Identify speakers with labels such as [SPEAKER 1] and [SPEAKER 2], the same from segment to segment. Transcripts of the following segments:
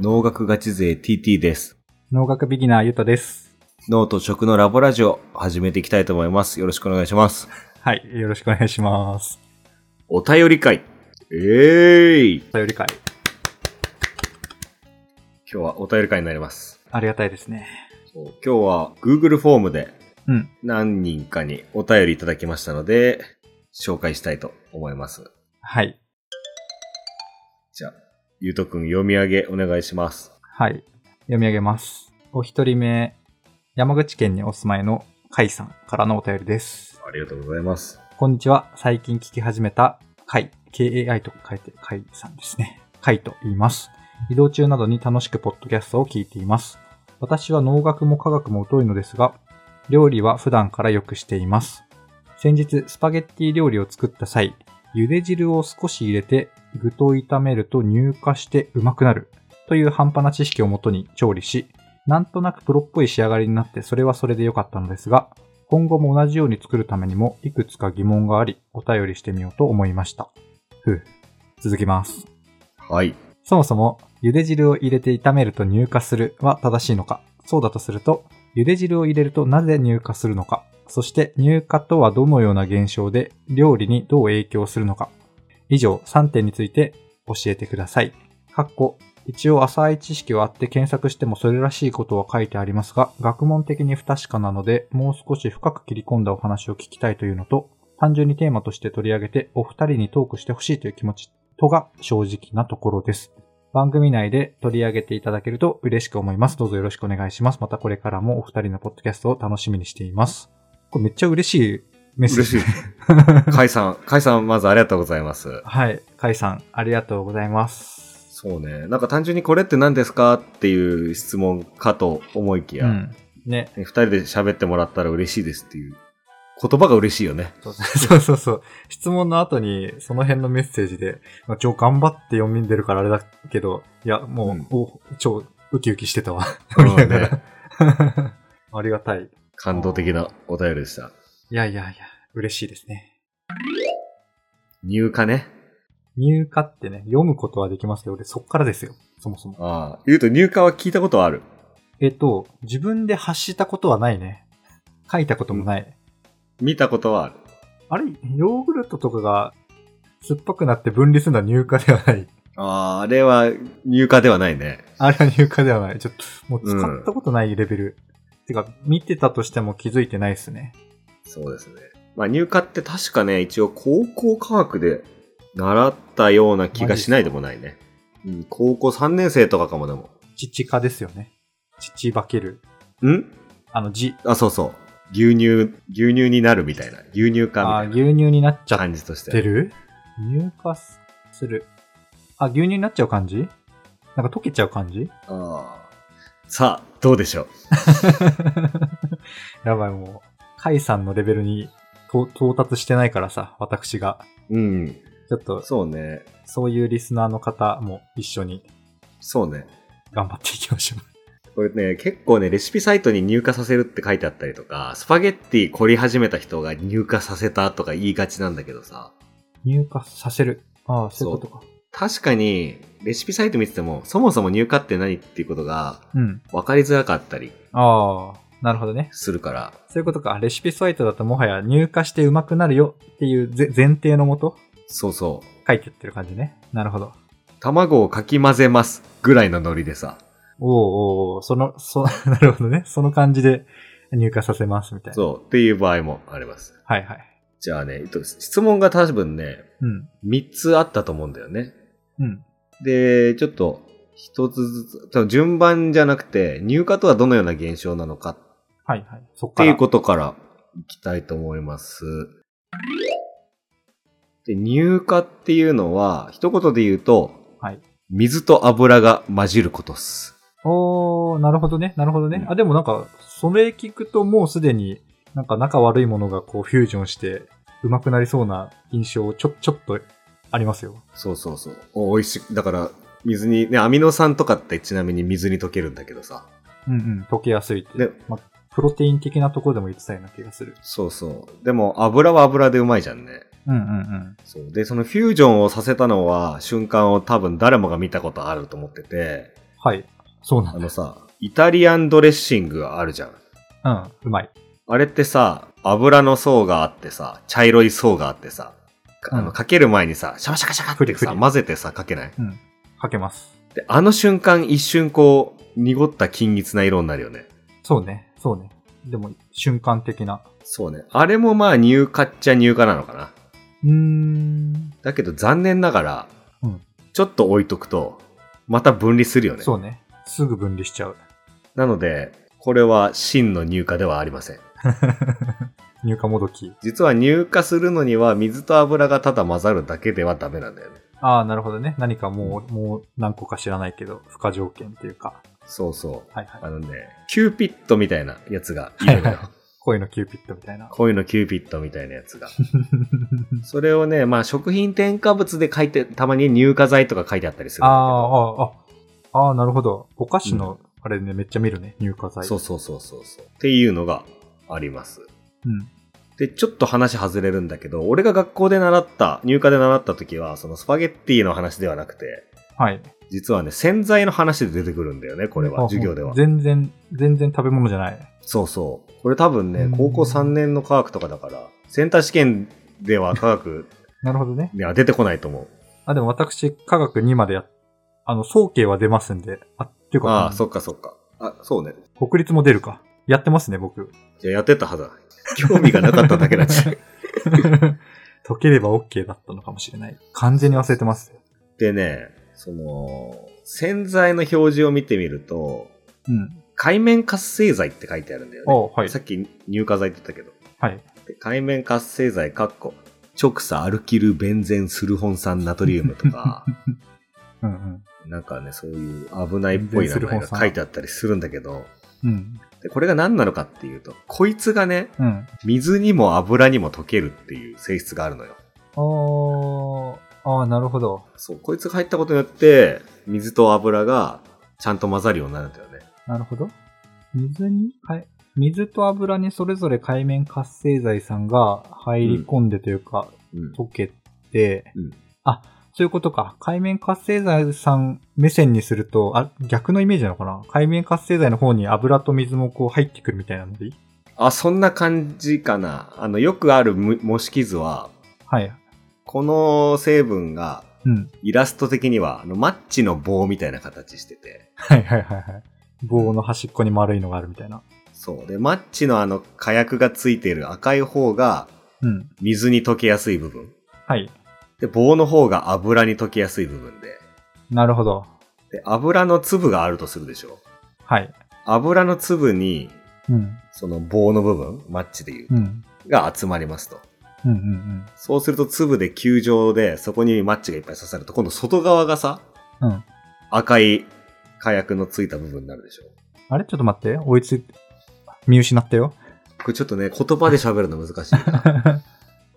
[SPEAKER 1] 農学ガチ勢 TT です。
[SPEAKER 2] 農学ビギナーゆうとです。
[SPEAKER 1] 脳と食のラボラジオ始めていきたいと思います。よろしくお願いします。
[SPEAKER 2] はい、よろしくお願いします。
[SPEAKER 1] お便り会。えーい。
[SPEAKER 2] お便り会、
[SPEAKER 1] 今日はお便り会になります。
[SPEAKER 2] ありがたいですね。
[SPEAKER 1] そう今日は Google フォームで
[SPEAKER 2] うん
[SPEAKER 1] 何人かにお便りいただきましたので、紹介したいと思います。
[SPEAKER 2] はい、
[SPEAKER 1] じゃあ、ゆうとくん読み上げお願いします。
[SPEAKER 2] はい、読み上げます。お一人目、山口県にお住まいのカイさんからのお便りです。
[SPEAKER 1] ありがとうございます。
[SPEAKER 2] こんにちは、最近聞き始めたカイ、KAI と書いてカイさんですね。カイと言います。移動中などに楽しくポッドキャストを聞いています。私は農学も科学も疎いのですが、料理は普段からよくしています。先日、スパゲッティ料理を作った際、茹で汁を少し入れて、具と炒めると乳化してうまくなるという半端な知識をもとに調理し、なんとなくプロっぽい仕上がりになってそれはそれで良かったのですが、今後も同じように作るためにもいくつか疑問があり、お便りしてみようと思いました。ふう。続きます。
[SPEAKER 1] はい。
[SPEAKER 2] そもそも、茹で汁を入れて炒めると乳化するは正しいのかそうだとすると、茹で汁を入れるとなぜ乳化するのかそして乳化とはどのような現象で料理にどう影響するのか以上3点について教えてください。かっこ一応浅い知識はあって検索してもそれらしいことは書いてありますが、学問的に不確かなので、もう少し深く切り込んだお話を聞きたいというのと、単純にテーマとして取り上げてお二人にトークしてほしいという気持ちとが正直なところです。番組内で取り上げていただけると嬉しく思います。どうぞよろしくお願いします。またこれからもお二人のポッドキャストを楽しみにしています。これめっちゃ嬉しいメッセー
[SPEAKER 1] 嬉
[SPEAKER 2] ジ
[SPEAKER 1] しい。カイさん、カイさん、まずありがとうございます。
[SPEAKER 2] はい。カイさん、ありがとうございます。
[SPEAKER 1] そうね。なんか単純にこれって何ですかっていう質問かと思いきや、
[SPEAKER 2] う
[SPEAKER 1] ね
[SPEAKER 2] ん。ね。
[SPEAKER 1] 二、人で喋ってもらったら嬉しいですっていう言葉が嬉しいよね。
[SPEAKER 2] そうそうそうそう。質問の後に、その辺のメッセージで、まあ、超頑張って読みんでるからあれだけど、いや、もう、
[SPEAKER 1] うん
[SPEAKER 2] お超ウキウキしてたわ。
[SPEAKER 1] うん
[SPEAKER 2] 読みなが
[SPEAKER 1] ね
[SPEAKER 2] ら。 ありがたい。
[SPEAKER 1] 感動的なお便りでした。
[SPEAKER 2] いやいやいや、嬉しいですね。
[SPEAKER 1] 入荷ね。
[SPEAKER 2] 入荷ってね、読むことはできますけど、俺そっからですよ。そもそも。
[SPEAKER 1] ああ。言うと入荷は聞いたことはある。
[SPEAKER 2] えっと、自分で発したことはないね。書いたこともない。
[SPEAKER 1] 見たことはある。
[SPEAKER 2] あれ、ヨーグルトとかが酸っぱくなって分離するのは乳化ではない。
[SPEAKER 1] ああ、あれは入荷ではないね。
[SPEAKER 2] あれは乳化ではない。ちょっと、もう使ったことないレベル。てか、見てたとしても気づいてないですね。
[SPEAKER 1] そうですね。まあ入荷って確かね、一応高校科学で習ったような気がしないでもないね。うん、高校3年生とかかもでも。
[SPEAKER 2] 乳化ですよね。乳化ける。
[SPEAKER 1] ん
[SPEAKER 2] あの、じ、
[SPEAKER 1] あ、そうそう。牛乳、牛乳になるみたいな。牛乳
[SPEAKER 2] あ
[SPEAKER 1] 化
[SPEAKER 2] ー
[SPEAKER 1] み
[SPEAKER 2] 牛
[SPEAKER 1] たい
[SPEAKER 2] 乳になっち
[SPEAKER 1] な
[SPEAKER 2] ゃっ
[SPEAKER 1] 感じとして。
[SPEAKER 2] てる乳化する。あ、牛乳になっちゃう感じなんか溶けちゃう感 じ
[SPEAKER 1] あーさあ、どうでしょう。
[SPEAKER 2] やばい、もう。カイさんのレベルに到到達してないからさ、私が。
[SPEAKER 1] うん。
[SPEAKER 2] ちょっと、
[SPEAKER 1] そうね。
[SPEAKER 2] そういうリスナーの方も一緒に
[SPEAKER 1] そうね。
[SPEAKER 2] 頑張っていきましょう。
[SPEAKER 1] これね、結構ね、レシピサイトに入荷させるって書いてあったりとか、スパゲッティ凝り始めた人が入荷させたとか言いがちなんだけどさ、
[SPEAKER 2] 乳化させる。ああ、そういうことか。
[SPEAKER 1] 確かに、レシピサイト見てても、そもそも入荷って何っていうことが
[SPEAKER 2] うん。
[SPEAKER 1] 分かりづらかったり
[SPEAKER 2] ああ、なるほどね。
[SPEAKER 1] するから、
[SPEAKER 2] そういうことか。レシピサイトだともはや入荷してうまくなるよっていうぜ前提のもと
[SPEAKER 1] そうそ
[SPEAKER 2] 書いてってる感じね。なるほど。
[SPEAKER 1] う、卵をかき混ぜますぐらいのノリでさ、
[SPEAKER 2] おうおうおうその、そ、 なるほどね。その感じで入荷させますみたいな。
[SPEAKER 1] そう、っていう場合もあります。
[SPEAKER 2] はいはい。
[SPEAKER 1] じゃあね、えっと質問が多分ね、
[SPEAKER 2] うん。
[SPEAKER 1] 3つあったと思うんだよね。
[SPEAKER 2] うん。
[SPEAKER 1] で、ちょっと、1つずつ、多分順番じゃなくて、入荷とはどのような現象なのかっ
[SPEAKER 2] はいはい。そっか
[SPEAKER 1] て
[SPEAKER 2] ら。
[SPEAKER 1] いうことからいきたいと思います。で、入荷っていうのは、一言で言うと、
[SPEAKER 2] はい
[SPEAKER 1] 水と油が混じることっす。
[SPEAKER 2] おー、なるほどね、なるほどね。
[SPEAKER 1] うん
[SPEAKER 2] あ、でもなんか、それ聞くともうすでに、なんか仲悪いものがこうフュージョンして、上手くなりそうな印象ちょ、ちょっとありますよ。
[SPEAKER 1] そうそうそう。お美味しい。だから、水に、ね、アミノ酸とかってちなみに水に溶けるんだけどさ。
[SPEAKER 2] うんうん、溶けやすいって。
[SPEAKER 1] ね
[SPEAKER 2] ま、プロテイン的なところでも言ってたような気がする。
[SPEAKER 1] そうそう。でも、油は油でうまいじゃんね。
[SPEAKER 2] うんうんうん。
[SPEAKER 1] そう。で、そのフュージョンをさせたのは、瞬間を多分誰もが見たことあると思ってて、
[SPEAKER 2] はい。そうな
[SPEAKER 1] あ
[SPEAKER 2] んだ。
[SPEAKER 1] のさ、イタリアンドレッシングあるじゃん。
[SPEAKER 2] うん、うまい。
[SPEAKER 1] あれってさ、油の層があってさ、茶色い層があってさ、かあ
[SPEAKER 2] うん
[SPEAKER 1] の、かける前にさ、シャバシャカシャカって
[SPEAKER 2] ふり
[SPEAKER 1] さ、
[SPEAKER 2] ふり
[SPEAKER 1] 混ぜてさ、かけない
[SPEAKER 2] うん。かけます。
[SPEAKER 1] で、あの瞬間一瞬こう、濁った均一な色になるよね。
[SPEAKER 2] そうね、そうね。でも、瞬間的な。
[SPEAKER 1] そうね。あれもまあ、乳化っちゃ乳化なのかな。
[SPEAKER 2] うーん。
[SPEAKER 1] だけど残念ながら、
[SPEAKER 2] うん
[SPEAKER 1] ちょっと置いとくと、また分離するよね。
[SPEAKER 2] そうね。すぐ分離しちゃう。
[SPEAKER 1] なので、これは真の乳化ではありません。
[SPEAKER 2] 乳化もどき。
[SPEAKER 1] 実は乳化するのには水と油がただ混ざるだけではダメなんだよね。
[SPEAKER 2] ああ、なるほどね。何かもう、もう何個か知らないけど、不可条件というか。
[SPEAKER 1] そうそう。
[SPEAKER 2] はいはい。
[SPEAKER 1] あのね、キューピットみたいなやつがい
[SPEAKER 2] は
[SPEAKER 1] る
[SPEAKER 2] い
[SPEAKER 1] の
[SPEAKER 2] は
[SPEAKER 1] よ
[SPEAKER 2] い。恋のキューピットみたいな。
[SPEAKER 1] 恋のキューピットみたいなやつが。それをね、まあ食品添加物で書いて、たまに乳化剤とか書いてあったりするん
[SPEAKER 2] あ
[SPEAKER 1] だけど。
[SPEAKER 2] あ、ああ、ああ、なるほど。お菓子の、あれね、めっちゃ見るね、乳化剤。
[SPEAKER 1] そうそうそうそうそう。っていうのがあります。
[SPEAKER 2] うん。
[SPEAKER 1] で、ちょっと話外れるんだけど、俺が学校で習った、入科で習った時は、そのスパゲッティの話ではなくて、
[SPEAKER 2] はい。
[SPEAKER 1] 実はね、洗剤の話で出てくるんだよね、これ
[SPEAKER 2] あ
[SPEAKER 1] は、授業で
[SPEAKER 2] も
[SPEAKER 1] は
[SPEAKER 2] う。全然、全然食べ物じゃない。
[SPEAKER 1] そうそう。これ多分
[SPEAKER 2] う
[SPEAKER 1] ね
[SPEAKER 2] ん、
[SPEAKER 1] 高校3年の科学とかだから、センター試験では科学
[SPEAKER 2] なるほどね。
[SPEAKER 1] には出てこないと思う。
[SPEAKER 2] あ、でも私、科学2までやっ、あの、総計は出ますんで。あ、っていうか、
[SPEAKER 1] ああ、そっかそっか。あ、そうね。
[SPEAKER 2] 国立も出るか。やってます ね、僕。
[SPEAKER 1] じゃあやってたはずだ。興味がなかっただけ だし。
[SPEAKER 2] 解ければ OK だったのかもしれない。完全に忘れてます。
[SPEAKER 1] でね、その、洗剤の表示を見てみると、
[SPEAKER 2] うん。
[SPEAKER 1] 海面活性剤って書いてあるんだよね。
[SPEAKER 2] は
[SPEAKER 1] さっき乳化剤って言ったけど。
[SPEAKER 2] はい。
[SPEAKER 1] で海面活性剤、カッコ。直鎖アルキルベンゼンスルホン酸ナトリウムとか、
[SPEAKER 2] うんうん。
[SPEAKER 1] なんかね、そういう危ないっぽい名前が書いてあったりするんだけど、
[SPEAKER 2] うん。
[SPEAKER 1] でこれが何なのかっていうと、こいつがね、
[SPEAKER 2] うん。
[SPEAKER 1] 水にも油にも溶けるっていう性質があるのよ。
[SPEAKER 2] ああ、ああ、なるほど。
[SPEAKER 1] そう、こいつが入ったことによって、水と油がちゃんと混ざるようになるんだよね。
[SPEAKER 2] なるほど。水に、はい。水と油にそれぞれ海面活性剤さんが入り込んでというか、
[SPEAKER 1] うん。
[SPEAKER 2] 溶けて、
[SPEAKER 1] うん
[SPEAKER 2] あ、そういうことか。海面活性剤さん目線にすると、あ、逆のイメージなのかな海面活性剤の方に油と水もこう入ってくるみたいなのでいい
[SPEAKER 1] あ、そんな感じかな。あの、よくあるむ模式図は、
[SPEAKER 2] はい。
[SPEAKER 1] この成分が
[SPEAKER 2] うん。
[SPEAKER 1] イラスト的にはあのマッチの棒みたいな形してて、
[SPEAKER 2] はいはいはいはい。棒の端っこに丸いのがあるみたいな。
[SPEAKER 1] そう。で、マッチのあの火薬がついている赤い方が
[SPEAKER 2] うん。
[SPEAKER 1] 水に溶けやすい部分。
[SPEAKER 2] はい。
[SPEAKER 1] で、棒の方が油に溶けやすい部分で。
[SPEAKER 2] なるほど。
[SPEAKER 1] で、油の粒があるとするでしょ。
[SPEAKER 2] はい。
[SPEAKER 1] 油の粒に、
[SPEAKER 2] うん。
[SPEAKER 1] その棒の部分、マッチでいうう、
[SPEAKER 2] ん。
[SPEAKER 1] が集まりますと。
[SPEAKER 2] うんうんうん。
[SPEAKER 1] そうすると粒で球状で、そこにマッチがいっぱい刺さると、今度外側がさ、
[SPEAKER 2] うん
[SPEAKER 1] 赤い火薬のついた部分になるでしょ。
[SPEAKER 2] あれちょっと待って。追いつい、見失った よ。
[SPEAKER 1] これちょっとね、言葉で喋るの難 しいな。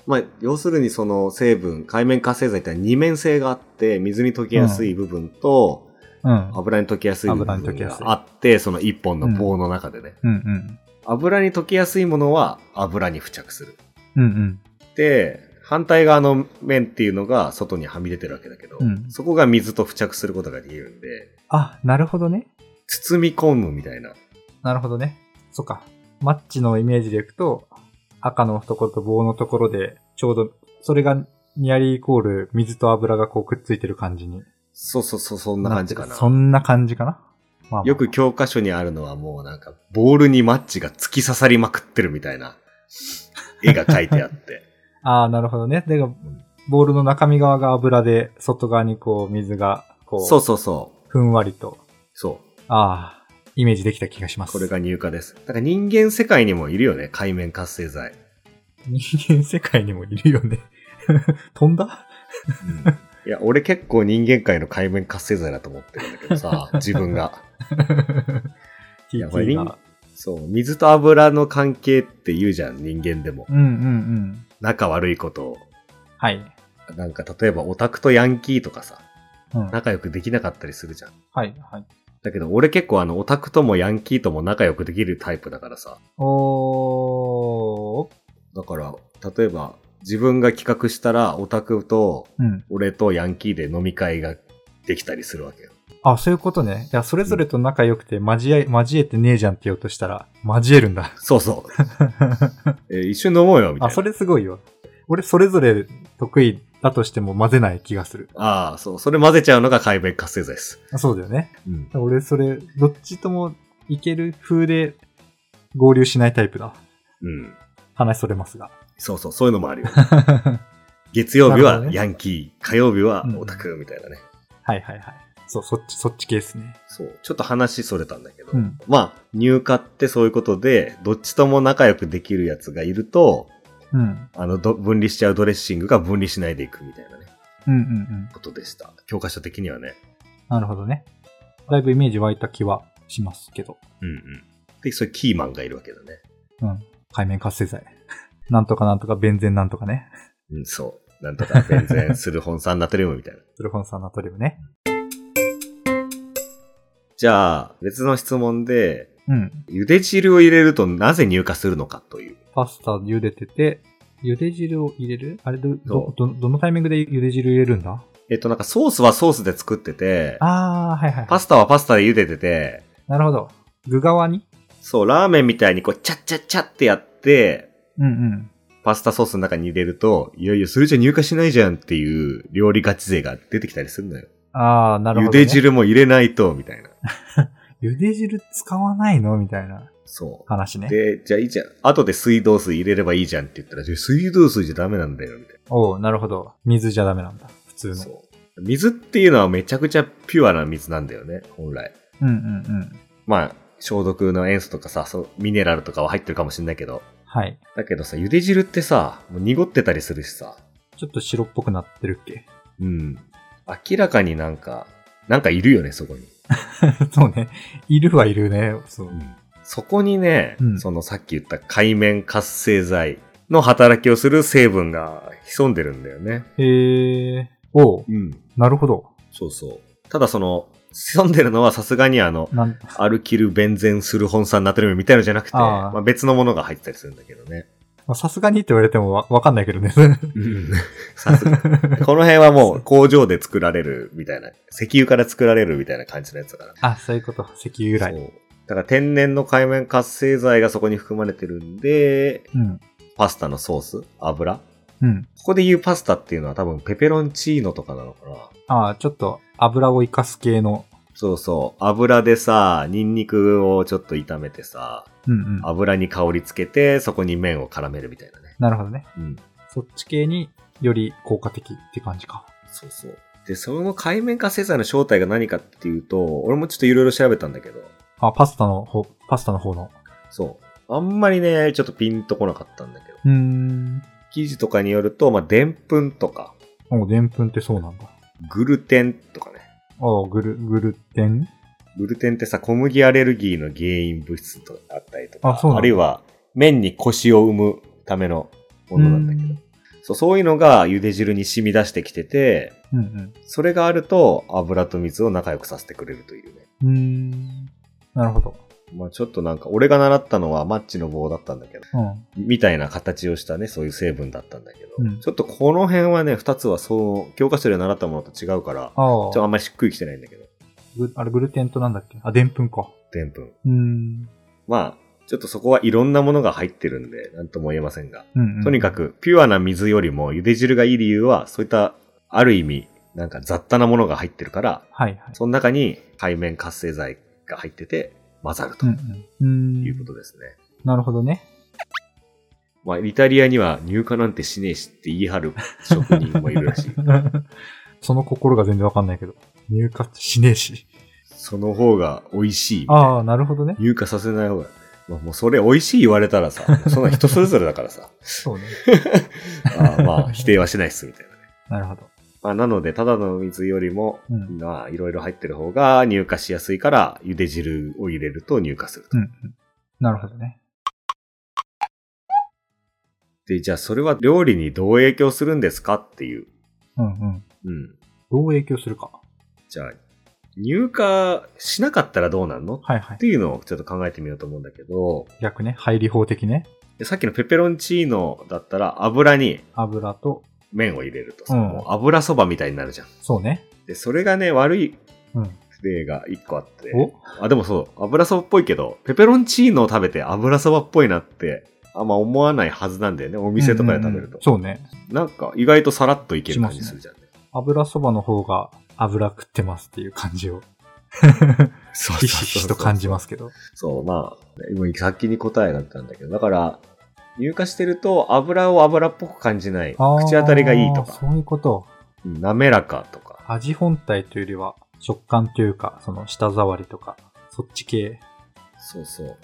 [SPEAKER 1] まあ、要するにその成分、海面活性剤ってのは二面性があって、水に溶けやすい部分と、
[SPEAKER 2] うん。
[SPEAKER 1] 油に溶けやすい部
[SPEAKER 2] 油に溶
[SPEAKER 1] 分
[SPEAKER 2] けやす
[SPEAKER 1] が
[SPEAKER 2] い
[SPEAKER 1] あって、その一本の棒の中でね。
[SPEAKER 2] うんうん。
[SPEAKER 1] 油に溶けやすいものは油に付着する。
[SPEAKER 2] うん
[SPEAKER 1] で、反対側の面っていうのが外にはみ出てるわけだけど、
[SPEAKER 2] うん
[SPEAKER 1] そこが水と付着することができるんで、
[SPEAKER 2] あ、なるほどね。
[SPEAKER 1] 包み込むみたいな。
[SPEAKER 2] なるほどね。そっか。マッチのイメージでいくと、赤のところと棒のところで、ちょうど、それがニアリーイコール水と油がこうくっついてる感じに。
[SPEAKER 1] そうそうそう、そんな感じかな。
[SPEAKER 2] そんな感じかな。まあまあ
[SPEAKER 1] よく教科書にあるのはもうなんか、ボールにマッチが突き刺さりまくってるみたいな絵が描いてあ って。
[SPEAKER 2] ああ、なるほどね。で、ボールの中身側が油で、外側にこう水が、こう、
[SPEAKER 1] そうそうそう。
[SPEAKER 2] ふんわりと。
[SPEAKER 1] そう。
[SPEAKER 2] ああ、イメージできた気がします。
[SPEAKER 1] これが乳化です。だから人間世界にもいるよね、海面活性剤。
[SPEAKER 2] 人間世界にもいるよね。 飛んだ
[SPEAKER 1] いや、俺結構人間界の海面活性剤だと思ってるんだけどさ、自分が。や これ
[SPEAKER 2] ?TT が。
[SPEAKER 1] そう、水と油の関係って言うじゃん、人間でも。
[SPEAKER 2] うんうんうん。
[SPEAKER 1] 仲悪いことを。
[SPEAKER 2] はい。
[SPEAKER 1] なんか例えばオタクとヤンキーとかさ、
[SPEAKER 2] うん、はい、
[SPEAKER 1] 仲良くできなかったりするじゃん。
[SPEAKER 2] はい。
[SPEAKER 1] だけど俺結構あのオタクともヤンキーとも仲良くできるタイプだからさ。
[SPEAKER 2] おー、
[SPEAKER 1] だから、例えば自分が企画したらオタクと
[SPEAKER 2] うん。
[SPEAKER 1] 俺とヤンキーで飲み会ができたりするわけよ。
[SPEAKER 2] あ、そういうことね。いや、それぞれと仲良くて、交え、交えてねえじゃんって言おうとしたら、交えるんだ。
[SPEAKER 1] そう そう。えー一緒に飲もうよ、みたい
[SPEAKER 2] あ、
[SPEAKER 1] な。
[SPEAKER 2] それすごいよ。俺、それぞれ得意だとしても混ぜない気がする。
[SPEAKER 1] ああ、そう。それ混ぜちゃうのが海弁活性剤です。
[SPEAKER 2] あそうだよね。
[SPEAKER 1] うん。
[SPEAKER 2] 俺、それ、どっちともいける風で合流しないタイプだ。
[SPEAKER 1] うん。
[SPEAKER 2] 話それます が。
[SPEAKER 1] そうそう、そういうのもあるよ。月曜日
[SPEAKER 2] なるほ
[SPEAKER 1] は
[SPEAKER 2] どね
[SPEAKER 1] ヤンキー、火曜日はオタクみたいなね。
[SPEAKER 2] はいはいはい。そう、そっち、そっち系ですね。
[SPEAKER 1] そう。ちょっと話それたんだけど。
[SPEAKER 2] うん。
[SPEAKER 1] まあ、入荷ってそういうことで、どっちとも仲良くできるやつがいると、
[SPEAKER 2] うん。
[SPEAKER 1] あの、ど分離しちゃうドレッシングが分離しないでいくみたいなね、
[SPEAKER 2] うんうんうん。
[SPEAKER 1] ことでした。教科書的にはね。
[SPEAKER 2] なるほどね。だいぶイメージ湧いた気はしますけど。
[SPEAKER 1] うんうん。で、そういうキーマンがいるわけだね。
[SPEAKER 2] 海面活性剤。 なんとかなんとか、ベンゼンなんとかね。
[SPEAKER 1] うん、そう。なんとか、全然、スルホン酸ナトリウムみたいな。
[SPEAKER 2] スルフォン酸ナトリウムね。
[SPEAKER 1] じゃあ、別の質問で、
[SPEAKER 2] うん。
[SPEAKER 1] 茹で汁を入れるとなぜ乳化するのかという。
[SPEAKER 2] パスタ茹でてて、茹で汁を入れるあれど、ど
[SPEAKER 1] そ、
[SPEAKER 2] ど、どのタイミングで茹で汁入れるんだ
[SPEAKER 1] えっと、なんかソースはソースで作ってて、
[SPEAKER 2] あー、はいはい。
[SPEAKER 1] パスタはパスタで茹でてて、
[SPEAKER 2] なるほど。具側に
[SPEAKER 1] そう、ラーメンみたいにこう、チャッチャッチャってやって、
[SPEAKER 2] うんうん。
[SPEAKER 1] パスタソースの中に入れると、いやいや、それじゃ入荷しないじゃんっていう料理ガチ勢が出てきたりするのよ。
[SPEAKER 2] あー、なるほ
[SPEAKER 1] 茹
[SPEAKER 2] ど、ね。
[SPEAKER 1] で。汁も入れないと、みたい な。
[SPEAKER 2] 茹で汁使わないのみたいな
[SPEAKER 1] そ
[SPEAKER 2] 話
[SPEAKER 1] う。
[SPEAKER 2] ね。
[SPEAKER 1] で、じゃあいいじゃん。後で水道水入れればいいじゃんって言ったら、じゃあ水道水じゃダメなんだよ、みたい
[SPEAKER 2] おう、なるほど。水じゃダメなんだ。普通
[SPEAKER 1] な。
[SPEAKER 2] の。
[SPEAKER 1] そう。水っていうのはめちゃくちゃピュアな水なんだよね、本来。
[SPEAKER 2] うんうんうん。
[SPEAKER 1] まあ、消毒の塩素とかさ、そう、ミネラルとかは入ってるかもしんないけど。
[SPEAKER 2] はい。
[SPEAKER 1] だけどさ、茹で汁ってさ、もう濁ってたりするしさ。
[SPEAKER 2] ちょっと白っぽくなってるっけ
[SPEAKER 1] うん。明らかになんか、なんかいるよね、そこに。
[SPEAKER 2] そうね。いるはいるね。そう。
[SPEAKER 1] そこにね、
[SPEAKER 2] うん
[SPEAKER 1] そのさっき言った海面活性剤の働きをする成分が潜んでるんだよね。
[SPEAKER 2] へえ。おう、
[SPEAKER 1] うん。
[SPEAKER 2] なるほど。
[SPEAKER 1] そうそう。ただその、潜んでるのはさすがにあの、
[SPEAKER 2] なん、
[SPEAKER 1] アルキルベンゼンスルホン酸ナトリウムみたいのじゃなくて、
[SPEAKER 2] あー
[SPEAKER 1] まあ、別のものが入ってたりするんだけどね。
[SPEAKER 2] まあさすがにって言われてもわわかんないけどね。
[SPEAKER 1] さすが。この辺はもう工場で作られるみたいな、石油から作られるみたいな感じのやつだから。
[SPEAKER 2] あ、そういうこと。石油由来。
[SPEAKER 1] そうだから天然の海面活性剤がそこに含まれてるんで、
[SPEAKER 2] うん。
[SPEAKER 1] パスタのソース油
[SPEAKER 2] うん。
[SPEAKER 1] ここで言うパスタっていうのは多分ペペロンチーノとかなのかな。
[SPEAKER 2] ああ、ちょっと油を生かす系の。
[SPEAKER 1] そうそう。油でさ、ニンニクをちょっと炒めてさ、
[SPEAKER 2] うんうん。
[SPEAKER 1] 油に香りつけて、そこに麺を絡めるみたいなね。
[SPEAKER 2] なるほどね。
[SPEAKER 1] うん。
[SPEAKER 2] そっち系により効果的って感じか。
[SPEAKER 1] そうそう。で、その海面活性剤の正体が何かっていうと、俺もちょっといろいろ調べたんだけど、
[SPEAKER 2] あ、パスタの方、パスタの方の。
[SPEAKER 1] そう。あんまりね、ちょっとピンとこなかったんだけど。
[SPEAKER 2] うーん。
[SPEAKER 1] 記事とかによると、まあ、でんぷんとか、
[SPEAKER 2] おでんぷんってそうなんだ。
[SPEAKER 1] グルテンとかね。
[SPEAKER 2] おグル、グルテン
[SPEAKER 1] グルテンってさ、小麦アレルギーの原因物質とかあったりとか、
[SPEAKER 2] あそうなの
[SPEAKER 1] るいは麺にコシを生むためのものなんだけど、
[SPEAKER 2] う
[SPEAKER 1] そうそういうのが茹で汁に染み出してきてて、
[SPEAKER 2] うんうん。
[SPEAKER 1] それがあると油と水を仲良くさせてくれるというね。
[SPEAKER 2] うーん。なるほど。
[SPEAKER 1] まあちょっとなんか、俺が習ったのはマッチの棒だったんだけど、
[SPEAKER 2] うん。
[SPEAKER 1] みたいな形をしたね、そういう成分だったんだけど、
[SPEAKER 2] うん
[SPEAKER 1] ちょっとこの辺はね、二つはそう、教科書で習ったものと違うから、ちょ
[SPEAKER 2] あ
[SPEAKER 1] っ
[SPEAKER 2] あ
[SPEAKER 1] とあんまりしっくりきてないんだけど、
[SPEAKER 2] ぐあれグルテンとなんだっけあ、でんぷんか。
[SPEAKER 1] でんぷん。
[SPEAKER 2] うーん。
[SPEAKER 1] まあ、ちょっとそこはいろんなものが入ってるんで、なんとも言えませんが。
[SPEAKER 2] うん、うん。
[SPEAKER 1] とにか。く、ピュアな水よりも、茹で汁がいい理由は、そういった、ある意味、なんか雑多なものが入ってるから、
[SPEAKER 2] はいはい。
[SPEAKER 1] その中に海面活性剤が入ってて、混ざると
[SPEAKER 2] うんうん。うーん。
[SPEAKER 1] いうことですね。
[SPEAKER 2] なるほどね。
[SPEAKER 1] まあ、イタリアには入荷なんてしねえしって言い張る職人もいるらしい。
[SPEAKER 2] その心が全然わかんないけど。入荷しねえし。
[SPEAKER 1] その方が美味しい。
[SPEAKER 2] ああ、なるほどね。
[SPEAKER 1] 入荷させない方が。まあ、もうそれ美味しい言われたらさ、そんな人それぞれだから さ、
[SPEAKER 2] そうね。
[SPEAKER 1] ああまあ否定はしないっすみたいなね。
[SPEAKER 2] なるほど。
[SPEAKER 1] まあ、なので、ただの水よりも、
[SPEAKER 2] うん。
[SPEAKER 1] まあ、いろいろ入ってる方が入荷しやすいから、茹で汁を入れると入荷すると。
[SPEAKER 2] うんうん。なるほどね。
[SPEAKER 1] で、じゃあそれは料理にどう影響するんですかっていう。
[SPEAKER 2] うんうん。
[SPEAKER 1] うん。
[SPEAKER 2] どう影響するか。
[SPEAKER 1] じゃあ、入荷しなかったらどうなんのっ
[SPEAKER 2] はいはい。
[SPEAKER 1] ていうのをちょっと考えてみようと思うんだけど、
[SPEAKER 2] 逆ね。入り法的ね。
[SPEAKER 1] でさっきのペペロンチーノだったら油に
[SPEAKER 2] 油と、
[SPEAKER 1] 麺を入れると、
[SPEAKER 2] うん
[SPEAKER 1] もう油そばみたいになるじゃん。
[SPEAKER 2] そうね。
[SPEAKER 1] で、それがね、悪い
[SPEAKER 2] うん。
[SPEAKER 1] 例が一個あって。
[SPEAKER 2] お
[SPEAKER 1] あ、でもそう、油そばっぽいけど、ペペロンチーノを食べて油そばっぽいなって、あんま思わないはずなんだよね。お店とかで食べると。
[SPEAKER 2] うんうんうんそうね。
[SPEAKER 1] なんか、意外とさらっといける感じするじゃん、ね。
[SPEAKER 2] 油そばの方が油食ってますっていう感 じを、
[SPEAKER 1] そう
[SPEAKER 2] ひしひしと感じますけど。
[SPEAKER 1] そう、まあ、今先に答えがあったんだけど、だから、乳化してると油を油っぽく感じない。
[SPEAKER 2] あー
[SPEAKER 1] 口当たりがいいとか、
[SPEAKER 2] そういうこと。
[SPEAKER 1] うん滑らかとか。
[SPEAKER 2] 味本体というよりは、食感というか、その舌触りとか、そっち系。
[SPEAKER 1] そうそう。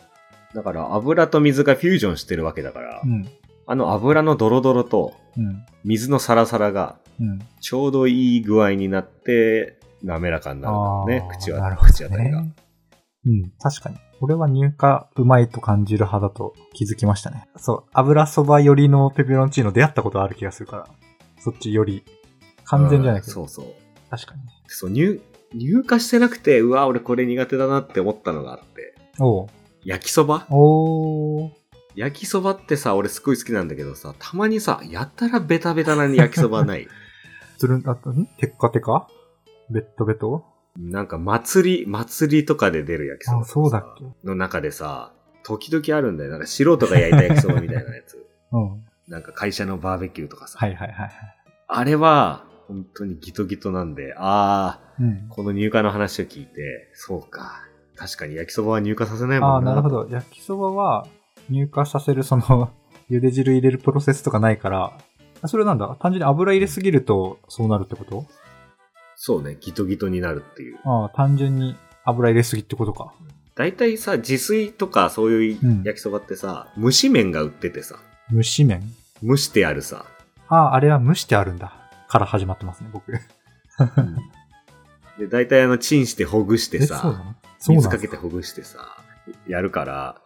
[SPEAKER 1] だから油と水がフュージョンしてるわけだから、
[SPEAKER 2] うん。
[SPEAKER 1] あの油のドロドロと
[SPEAKER 2] うん。
[SPEAKER 1] 水のサラサラが
[SPEAKER 2] うん。
[SPEAKER 1] ちょうどいい具合になって滑らかになるんだろうね
[SPEAKER 2] あ。ー
[SPEAKER 1] 口は、
[SPEAKER 2] なるほどね
[SPEAKER 1] 口当たりが。
[SPEAKER 2] うん、確かに。俺は乳化うまいと感じる派だと気づきましたね。そう、油そば寄りのペペロンチーノ出会ったことある気がするから。そっちより。完全じゃないけ
[SPEAKER 1] うん
[SPEAKER 2] ど。
[SPEAKER 1] そうそう。
[SPEAKER 2] 確かに。
[SPEAKER 1] そう、乳、乳化してなくて、うわ、俺これ苦手だなって思ったのがあって、
[SPEAKER 2] おう
[SPEAKER 1] 焼きそば
[SPEAKER 2] おー。
[SPEAKER 1] 焼きそばってさ、俺すごい好きなんだけどさ、たまにさ、やたらベタベタな焼きそばない
[SPEAKER 2] つるん、あと、んテッカテカベットベト
[SPEAKER 1] なんか祭り、祭りとかで出る焼きそば
[SPEAKER 2] あ、
[SPEAKER 1] とかさ
[SPEAKER 2] そうだっけ
[SPEAKER 1] の中でさ、時々あるんだよ。なんか素人が焼いた焼きそばみたいなや つ。
[SPEAKER 2] うん。はい
[SPEAKER 1] なんか会社のバーベキューとかさ。
[SPEAKER 2] はいはいはい。
[SPEAKER 1] あれは、本当にギトギトなんで、あー、
[SPEAKER 2] うん。
[SPEAKER 1] この入荷の話を聞いて、そうか。確かに焼きそばは入荷させない
[SPEAKER 2] あ
[SPEAKER 1] も
[SPEAKER 2] あ、
[SPEAKER 1] んな。
[SPEAKER 2] なるほど。焼きそばは乳化させるその、 茹で汁入れるプロセスとかないから、あそれなんだ単純に油入れすぎるとそうなるってこと
[SPEAKER 1] そうね、ギトギトになるっていう。
[SPEAKER 2] ああ、単純に油入れすぎってことか。
[SPEAKER 1] 大体さ、自炊とかそういううん焼きそばってさ、蒸し麺が売っててさ、
[SPEAKER 2] 蒸し麺
[SPEAKER 1] 蒸してある さ、
[SPEAKER 2] ああ、あれは蒸してあるんだ。から始まってますね、僕。
[SPEAKER 1] で、大体あの、チンしてほぐして
[SPEAKER 2] えそう
[SPEAKER 1] さ、
[SPEAKER 2] なのそうな
[SPEAKER 1] 水か
[SPEAKER 2] んです
[SPEAKER 1] けてほぐしてさ、やるから、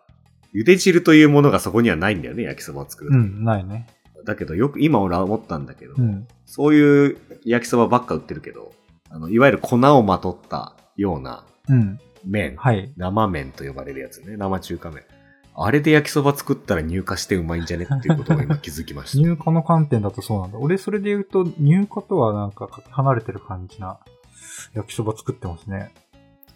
[SPEAKER 1] 茹で汁というものがそこにはないんだよね、焼きそばを作る
[SPEAKER 2] う
[SPEAKER 1] と、
[SPEAKER 2] ん、ないね。
[SPEAKER 1] だけど、よく、今俺は思ったんだけど、
[SPEAKER 2] うん。
[SPEAKER 1] そういう焼きそばばっか売ってるけど、あの、いわゆる粉をまとったような
[SPEAKER 2] うん。
[SPEAKER 1] 麺、
[SPEAKER 2] はい。
[SPEAKER 1] 生麺と呼ばれるやつね、生中華麺。あれで焼きそば作ったら乳化してうまいんじゃねっていうことを今気づきま した。
[SPEAKER 2] 入荷の観点だとそうなんだ。俺、それで言うと、入荷とはなんかかけ離れてる感じな焼きそば作ってますね。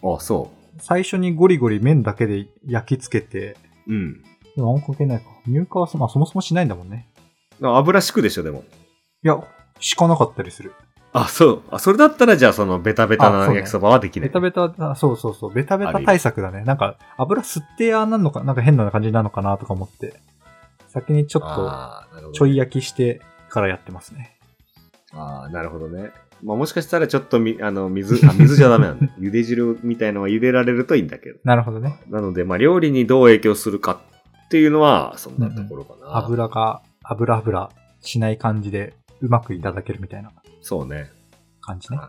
[SPEAKER 1] あ、そ
[SPEAKER 2] 最初にゴリゴリ麺だけで焼き付けて、
[SPEAKER 1] う。うん。
[SPEAKER 2] でもあんま関係ないか。入荷はそ,、まあ、そもそもしないんだもんね。
[SPEAKER 1] 油敷くでしょ、でも。
[SPEAKER 2] いや、敷かなかったりする。
[SPEAKER 1] あ、そう。あ、それだったらじゃあそのベタベタ
[SPEAKER 2] あ
[SPEAKER 1] な
[SPEAKER 2] そうね
[SPEAKER 1] 焼きそばはできな
[SPEAKER 2] ベ
[SPEAKER 1] い。
[SPEAKER 2] タベタ、あそうそうそう、ベタベタ対策だね。なんか、油吸ってやなんのか、なんか変な感じなのかなとか思って、先にちょっと
[SPEAKER 1] あーなるほどね
[SPEAKER 2] ちょい焼きしてからやってますね。
[SPEAKER 1] あーなるほどね。まあもしかしたらちょっとみ、あの、水、あ、水じゃダメ なんだ。茹で汁みたいのは茹でられるといいんだけど。
[SPEAKER 2] なるほどね。
[SPEAKER 1] なので、まあ料理にどう影響するかっていうのは、そんなところかな。
[SPEAKER 2] 油が、油油しない感じで、うまくいただけるみたいな
[SPEAKER 1] そうね。
[SPEAKER 2] 感じね。
[SPEAKER 1] は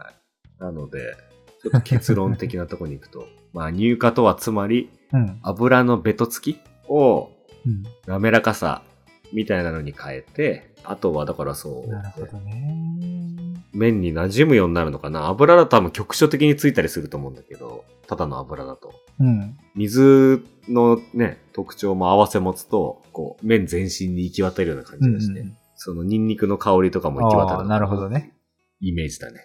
[SPEAKER 1] い。なので、ちょっと結論的なところに行くと、 まあ乳化とはつまり、
[SPEAKER 2] うん。
[SPEAKER 1] 油のベトつきを
[SPEAKER 2] うん。
[SPEAKER 1] 滑らかさみたいなのに変えて、あとはだからそう、
[SPEAKER 2] なるほどね。
[SPEAKER 1] 麺に馴染むようになるのかな油だと多分局所的についたりすると思うんだけど、ただの油だと。
[SPEAKER 2] うん。
[SPEAKER 1] 水のね、特徴も合わせ持つと、こう、麺全身に行き渡るような感
[SPEAKER 2] う
[SPEAKER 1] じ
[SPEAKER 2] ん
[SPEAKER 1] がして、そのニンニクの香りとかも行き渡るの
[SPEAKER 2] あ
[SPEAKER 1] か
[SPEAKER 2] あ、なるほどね。
[SPEAKER 1] イメージだね。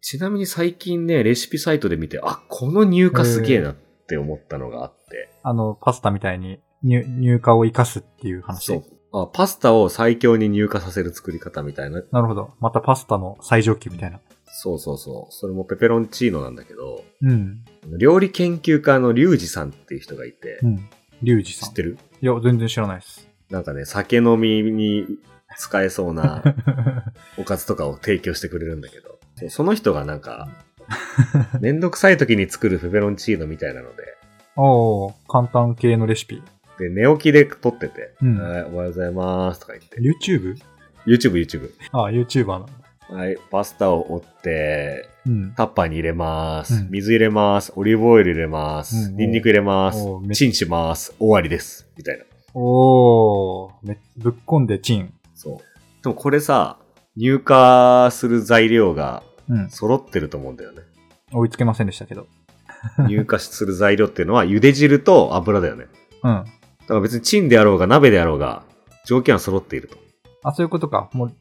[SPEAKER 1] ちなみに最近ね、レシピサイトで見て、あ、この乳化すげえなって思ったのがあって、
[SPEAKER 2] あの、パスタみたいに乳、乳化を生かすっていう話。
[SPEAKER 1] そう。あパスタを最強に乳化させる作り方みたいな。
[SPEAKER 2] なるほど。またパスタの最上級みたいな。
[SPEAKER 1] そうそうそう。それもペペロンチーノなんだけど、
[SPEAKER 2] うん。
[SPEAKER 1] 料理研究家のリュウジさんっていう人がいて、
[SPEAKER 2] うん。リュウジさ
[SPEAKER 1] 知
[SPEAKER 2] ん
[SPEAKER 1] っ。てる
[SPEAKER 2] いや、全然知らないです。
[SPEAKER 1] なんかね、酒飲みに使えそうな おかずとかを提供してくれるんだけど、そうその人がなん か、めんどくさい時に作るペペロンチーノみたいなので、
[SPEAKER 2] おー、簡単系のレシピ。
[SPEAKER 1] で、寝起きで撮ってて、
[SPEAKER 2] うん
[SPEAKER 1] はい、おはようございますとか言って、
[SPEAKER 2] YouTube?
[SPEAKER 1] YouTube、YouTube。
[SPEAKER 2] ああ、YouTuber なの。
[SPEAKER 1] はい、パスタを折って、
[SPEAKER 2] うん。
[SPEAKER 1] タッパーに入れます、
[SPEAKER 2] うん
[SPEAKER 1] 水入れます。オリーブオイル入れます。
[SPEAKER 2] うん
[SPEAKER 1] ニンニク入れます
[SPEAKER 2] おーめ。っ
[SPEAKER 1] チンします。終わりです。みたいな。
[SPEAKER 2] おー、めぶっこんでチン。
[SPEAKER 1] そう。でもこれさ、入荷する材料が
[SPEAKER 2] うん。
[SPEAKER 1] 揃ってると思うん だよね。
[SPEAKER 2] 追いつけませんでしたけど。
[SPEAKER 1] 入荷する材料っていうのは、茹で汁と油だよね。
[SPEAKER 2] うん。
[SPEAKER 1] だから別にチンであろうが鍋であろうが、条件は揃っていると。
[SPEAKER 2] あ、そういうことか。もう、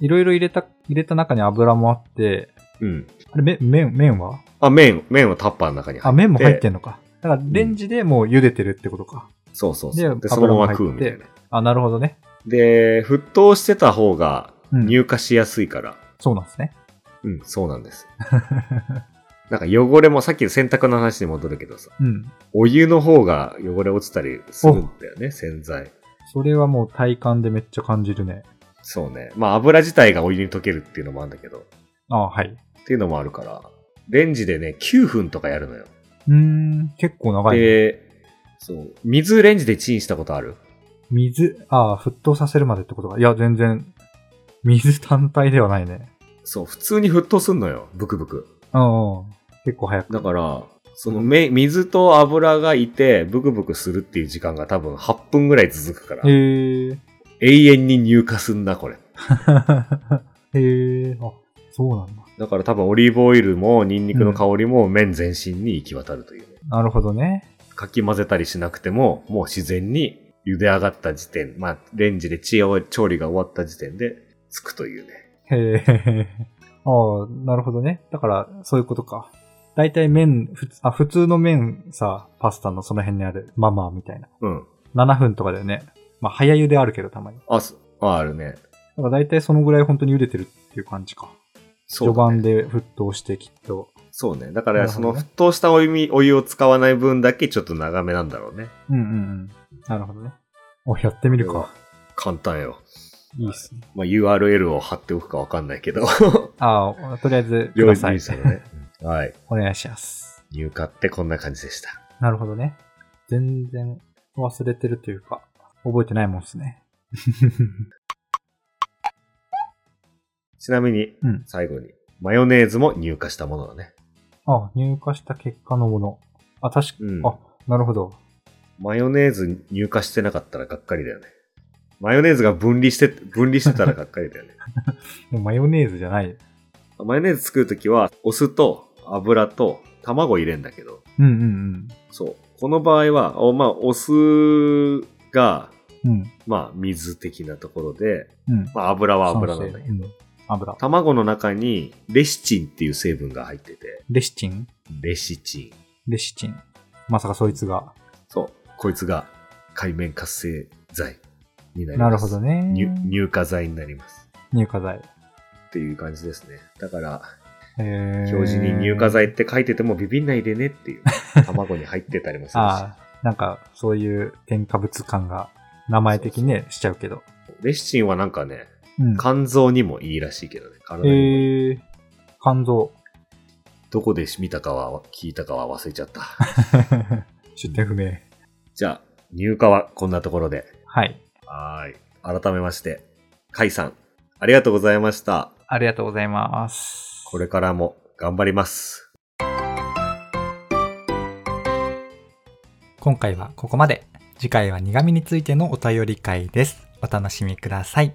[SPEAKER 2] いろいろ入れた、入れた中に油もあって、
[SPEAKER 1] うん。
[SPEAKER 2] あれ、め麺、麺は
[SPEAKER 1] あ、麺、麺をタッパーの中に入って。
[SPEAKER 2] あ、麺も入って
[SPEAKER 1] る。
[SPEAKER 2] んのか。だから、レンジでもう茹でてるってことか。
[SPEAKER 1] そうそう
[SPEAKER 2] で
[SPEAKER 1] そう。で、そ
[SPEAKER 2] 油
[SPEAKER 1] の
[SPEAKER 2] も
[SPEAKER 1] まま
[SPEAKER 2] 入って
[SPEAKER 1] 食うみたいな。
[SPEAKER 2] あ、なるほどね。
[SPEAKER 1] で、沸騰してた方が
[SPEAKER 2] うん。
[SPEAKER 1] 乳化しやすいから。
[SPEAKER 2] そうなんですね。
[SPEAKER 1] うん、そうなんです。 なんか汚れもさっきの洗濯の話に戻るけどさ、
[SPEAKER 2] うん。
[SPEAKER 1] お湯の方が汚れ落ちたりするんだよね、洗剤。
[SPEAKER 2] それはもう体感でめっちゃ感じるね。
[SPEAKER 1] そうね。まあ油自体がお湯に溶けるっていうのもあるんだけど、
[SPEAKER 2] あはい。
[SPEAKER 1] っていうのもあるから、レンジでね、9分とかやるのよ。
[SPEAKER 2] うーん、結構長いね。
[SPEAKER 1] で、そう、水レンジでチンしたことある
[SPEAKER 2] 水、ああ、沸騰させるまでってことか。いや、全然、水単体ではないね。
[SPEAKER 1] そう、普通に沸騰すんのよ、ブクブク。
[SPEAKER 2] うんうん。結構早く。
[SPEAKER 1] だから、そのめ水と油がいて、ブクブクするっていう時間が多分8分ぐらい続くから、
[SPEAKER 2] へえ。
[SPEAKER 1] 永遠に乳化すんな、これ。
[SPEAKER 2] へえ。あ、そうなんだ。
[SPEAKER 1] だから多分オリーブオイルもニンニクの香りも麺全身に行き渡るという。
[SPEAKER 2] なるほどね。
[SPEAKER 1] かき混ぜたりしなくても、もう自然に茹で上がった時点、まあ、レンジでチを調理が終わった時点で、つくというね。
[SPEAKER 2] へえ。ああ、なるほどね。だから、そういうことか。だいたい麺、ふつあ、普通の麺さ、パスタのその辺にあるママみたいな。
[SPEAKER 1] うん。
[SPEAKER 2] 7分とかだよね。まあ、早茹であるけど、たまに。だ
[SPEAKER 1] あ、すあ、あるね。
[SPEAKER 2] からだいたいそのぐらい本当に茹でてるっていう感じか。
[SPEAKER 1] そう
[SPEAKER 2] 序
[SPEAKER 1] だね、
[SPEAKER 2] 盤で沸騰してきっと。
[SPEAKER 1] そうね。だから、その
[SPEAKER 2] なる
[SPEAKER 1] 沸
[SPEAKER 2] ほ
[SPEAKER 1] 騰したお湯みお湯を使わない分だけちょっと長めなんだろうね。
[SPEAKER 2] うんうんうん。なるほどね。お、やってみるか。
[SPEAKER 1] 簡単よ。
[SPEAKER 2] いいっすね。
[SPEAKER 1] まあ、URL を貼っておくかわかんないけ ど。
[SPEAKER 2] ああ、とりあえず、ください。
[SPEAKER 1] 者のね。うんはい。
[SPEAKER 2] お願いします。
[SPEAKER 1] 入荷ってこんな感じでした。
[SPEAKER 2] なるほどね。全然忘れてるというか、覚えてないもんですね。
[SPEAKER 1] ちなみに、
[SPEAKER 2] うん
[SPEAKER 1] 最後に、マヨネーズも入荷したものだね。
[SPEAKER 2] あ、入荷した結果のもの。あ、確か、
[SPEAKER 1] うん
[SPEAKER 2] あ、なるほど。
[SPEAKER 1] マヨネーズ入荷してなかったらがっかりだよね。マヨネーズが分離して、分離してたらがっかりだよ ね。
[SPEAKER 2] もうマヨネーズじゃない。
[SPEAKER 1] マヨネーズ作るときは、お酢と油と卵入れんだけど、
[SPEAKER 2] うんうん
[SPEAKER 1] そう。この場合は、おまあ、お酢が、
[SPEAKER 2] うん。うん。
[SPEAKER 1] まあ、水的なところで、
[SPEAKER 2] うん。
[SPEAKER 1] まあ、油は油なんだけど、
[SPEAKER 2] ど。油。
[SPEAKER 1] 卵の中にレシチンっていう成分が入ってて、
[SPEAKER 2] レシチン
[SPEAKER 1] レシチン。
[SPEAKER 2] レシチン。まさかそいつが。
[SPEAKER 1] そう。こいつが、海面活性剤になります。
[SPEAKER 2] なるほどね。
[SPEAKER 1] 入乳化剤になります。
[SPEAKER 2] 入荷剤。
[SPEAKER 1] っていう感じですね。だから、
[SPEAKER 2] え
[SPEAKER 1] 表示に乳化剤って書いててもビビんないでねって いう。卵に入ってたりもする
[SPEAKER 2] ああ、なんか、そういう添加物感が、名前的にね、しちゃうけど。
[SPEAKER 1] し。レシチンはなんかね、
[SPEAKER 2] うん。
[SPEAKER 1] 肝臓にもいいらしいけどね。体にもいい
[SPEAKER 2] えー、肝臓。
[SPEAKER 1] どこで見たかは、聞いたかは忘れちゃった。
[SPEAKER 2] 出典不明。
[SPEAKER 1] じゃあ、乳化はこんなところで。
[SPEAKER 2] はい。
[SPEAKER 1] はーい。改めまして、カイさん、ありがとうございました。
[SPEAKER 2] ありがとうございます。
[SPEAKER 1] これからも頑張ります。
[SPEAKER 2] 今回はここまで。次回は苦味についてのお便り会です。お楽しみください。